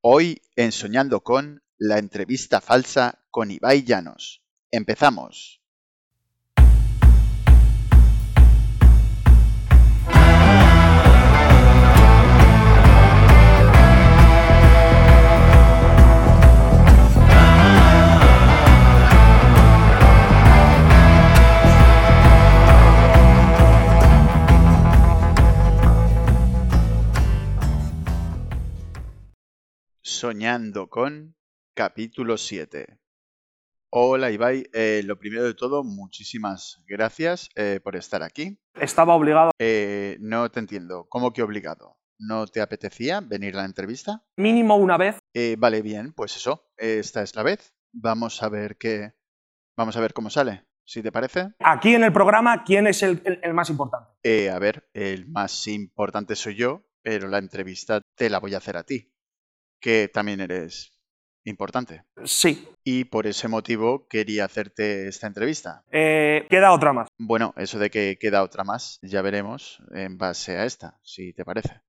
Hoy en Soñando con la entrevista falsa con Ibai Llanos. Empezamos. Soñando con capítulo 7. Hola Ibai, Eh, lo primero de todo, muchísimas gracias eh, por estar aquí. Estaba obligado Eh, no te entiendo, ¿cómo que obligado? ¿No te apetecía venir a la entrevista? mínimo una vez. Eh, vale, bien, pues eso, eh, esta es la vez. Vamos a ver qué... Vamos a ver cómo sale, si te parece. Aquí en el programa, ¿quién es el, el- el más importante? Eh, a ver, el más importante soy yo, pero la entrevista te la voy a hacer a ti, que también eres importante. Sí. Y por ese motivo quería hacerte esta entrevista. Eh, queda otra más. Bueno, eso de que queda otra más, ya veremos en base a esta, si te parece.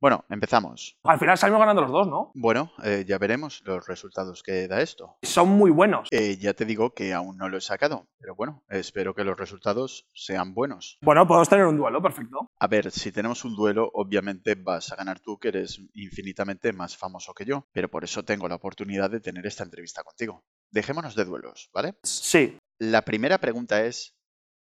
Bueno, empezamos. Al final salimos ganando los dos, ¿no? Bueno, eh, ya veremos los resultados que da esto. Son muy buenos. Eh, ya te digo que aún no lo he sacado, pero bueno, espero que los resultados sean buenos. Bueno, podemos tener un duelo, perfecto. A ver, si tenemos un duelo, obviamente vas a ganar tú, que eres infinitamente más famoso que yo, pero por eso tengo la oportunidad de tener esta entrevista contigo. Dejémonos de duelos, ¿vale? Sí. La primera pregunta es,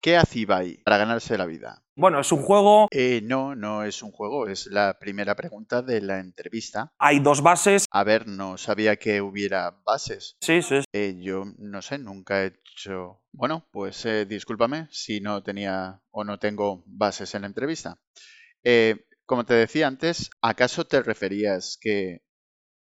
¿qué hace Ibai para ganarse la vida? Bueno, es un juego, Eh, no, no es un juego, es la primera pregunta de la entrevista. hay dos bases. A ver, no sabía que hubiera bases. Sí, sí. Eh, yo no sé, nunca he hecho... Bueno, pues eh, discúlpame si no tenía o no tengo bases en la entrevista. Eh, como te decía antes, ¿acaso te referías que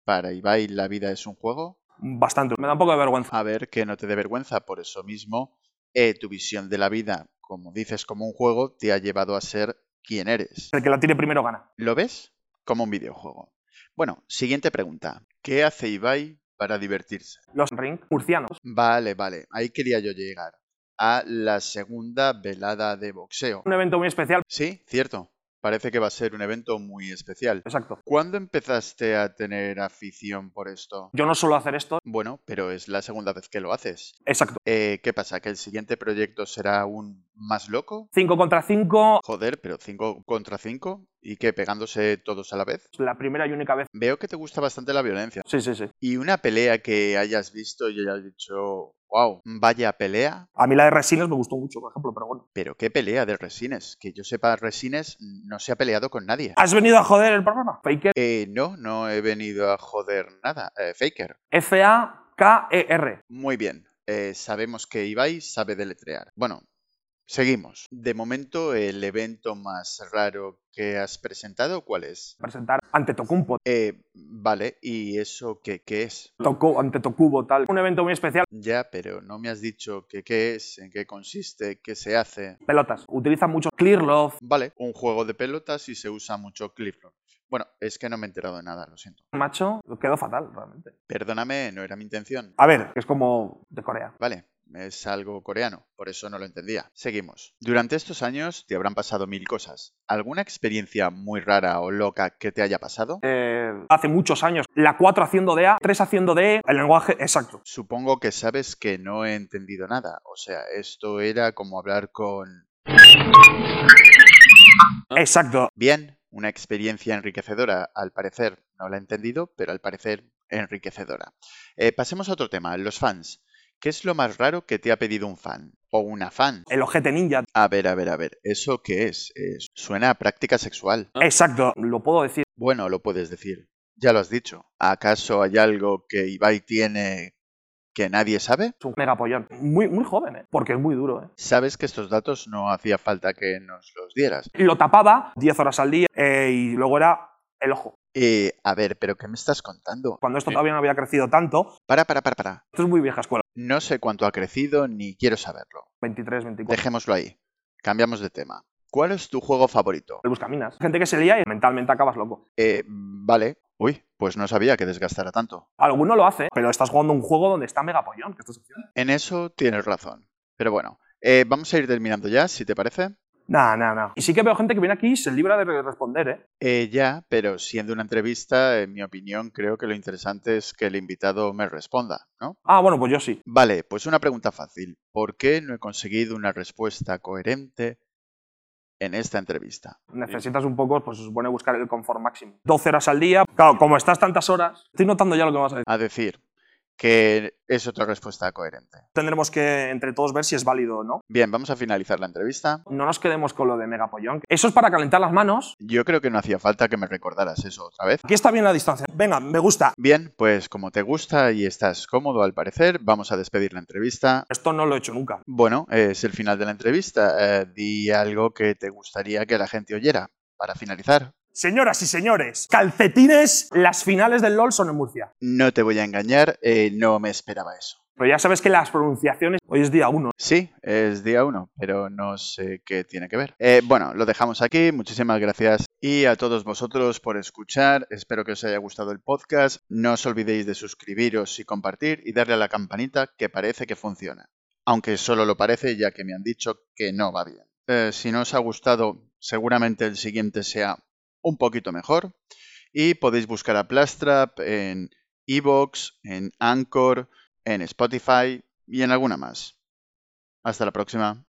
para Ibai la vida es un juego? Bastante. Me da un poco de vergüenza. A ver, que no te dé vergüenza por eso mismo. eh, tu visión de la vida, como dices, como un juego, te ha llevado a ser quien eres. El que la tire primero gana. ¿Lo ves? Como un videojuego. Bueno, siguiente pregunta. ¿Qué hace Ibai para divertirse? Los ring murcianos. Vale, vale, ahí quería yo llegar. A la segunda velada de boxeo. Un evento muy especial. Sí, cierto. Parece que va a ser un evento muy especial. Exacto. ¿Cuándo empezaste a tener afición por esto? Yo no suelo hacer esto. Bueno, pero es la segunda vez que lo haces. Exacto. Eh, ¿qué pasa? ¿Que el siguiente proyecto será aún más loco? 5 contra 5, Joder, pero 5 contra 5 y que pegándose todos a la vez. la primera y única vez. Veo que te gusta bastante la violencia. Sí, sí, sí. ¿Y una pelea que hayas visto y hayas dicho, wow, vaya pelea? A mí la de Resines me gustó mucho, por ejemplo, pero bueno. Pero qué pelea de Resines. Que yo sepa, Resines no se ha peleado con nadie. ¿Has venido a joder el programa? Faker. Eh, no, no he venido a joder nada. Eh, Faker. F-A-K-E-R. Muy bien. Eh, sabemos que Ibai sabe deletrear. Bueno, seguimos. De momento, el evento más raro que has presentado, ¿cuál es? presentar ante Tocumpo, Eh, vale, ¿y eso qué, qué es? Tocó, ante Tocubo, tal. Un evento muy especial. Ya, pero no me has dicho que qué es, en qué consiste, qué se hace. Pelotas. Utilizan mucho Clear Love, Vale, un juego de pelotas y se usa mucho Clifford. Bueno, es que no me he enterado de nada, lo siento. macho. Quedó fatal, realmente. Perdóname, no era mi intención. A ver, que es como de Corea. Vale, es algo coreano, por eso no lo entendía. Seguimos. Durante estos años te habrán pasado mil cosas. ¿Alguna experiencia muy rara o loca que te haya pasado? Eh, hace muchos años. La 4 haciendo de A, 3 haciendo de E. El lenguaje, exacto. Supongo que sabes que no he entendido nada. O sea, esto era como hablar con... Exacto. Bien, una experiencia enriquecedora. Al parecer, no la he entendido, pero al parecer enriquecedora. Eh, pasemos a otro tema, los fans. ¿Qué es lo más raro que te ha pedido un fan? ¿O una fan? El ojete ninja. A ver, a ver, a ver, ¿eso qué es? Eh, suena a práctica sexual. Exacto. Lo puedo decir. Bueno, lo puedes decir. Ya lo has dicho. ¿Acaso hay algo que Ibai tiene que nadie sabe? Es un mega pollón. Muy, muy joven, ¿eh? Porque es muy duro, ¿eh? Sabes que estos datos no hacía falta que nos los dieras. Lo tapaba 10 horas al día eh, y luego era el ojo. Eh, a ver, ¿pero qué me estás contando? Cuando esto todavía no había crecido tanto. Para, para, para, para. Esto es muy vieja escuela. No sé cuánto ha crecido ni quiero saberlo. 23, 24. Dejémoslo ahí. Cambiamos de tema. ¿Cuál es tu juego favorito? El buscaminas. Gente que se lía y mentalmente acabas loco. Eh, vale. Uy, pues no sabía que desgastara tanto. Alguno lo hace, pero estás jugando un juego donde está mega pollón, que esto es opción. En eso tienes razón. Pero bueno, eh, vamos a ir terminando ya, si te parece. Nah, nah, nah. Y sí que veo gente que viene aquí y se libra de re- responder, ¿eh? Eh, ya, pero siendo una entrevista, en mi opinión, creo que lo interesante es que el invitado me responda, ¿no? Ah, bueno, pues yo sí. Vale, pues una pregunta fácil. ¿Por qué no he conseguido una respuesta coherente en esta entrevista? Necesitas un poco, pues se supone buscar el confort máximo. 12 horas al día. Claro, como estás tantas horas, estoy notando ya lo que vas a decir. A decir, que es otra respuesta coherente. Tendremos que entre todos ver si es válido o no. Bien, vamos a finalizar la entrevista. No nos quedemos con lo de megapollón. Eso es para calentar las manos. Yo creo que no hacía falta que me recordaras eso otra vez. Aquí está bien la distancia. Venga, me gusta. Bien, pues como te gusta y estás cómodo al parecer, vamos a despedir la entrevista. Esto no lo he hecho nunca. Bueno, es el final de la entrevista. Eh, di algo que te gustaría que la gente oyera para finalizar. Señoras y señores, calcetines, las finales del LOL son en Murcia. No te voy a engañar, eh, no me esperaba eso. Pero ya sabes que las pronunciaciones. Hoy es día 1. Sí, es día 1, pero no sé qué tiene que ver. Eh, bueno, lo dejamos aquí, muchísimas gracias y a todos vosotros por escuchar, espero que os haya gustado el podcast, no os olvidéis de suscribiros y compartir y darle a la campanita que parece que funciona, aunque solo lo parece ya que me han dicho que no va bien. Eh, si no os ha gustado, seguramente el siguiente sea un poquito mejor y podéis buscar a Plastrap en Evox, en Anchor, en Spotify y en alguna más. Hasta la próxima.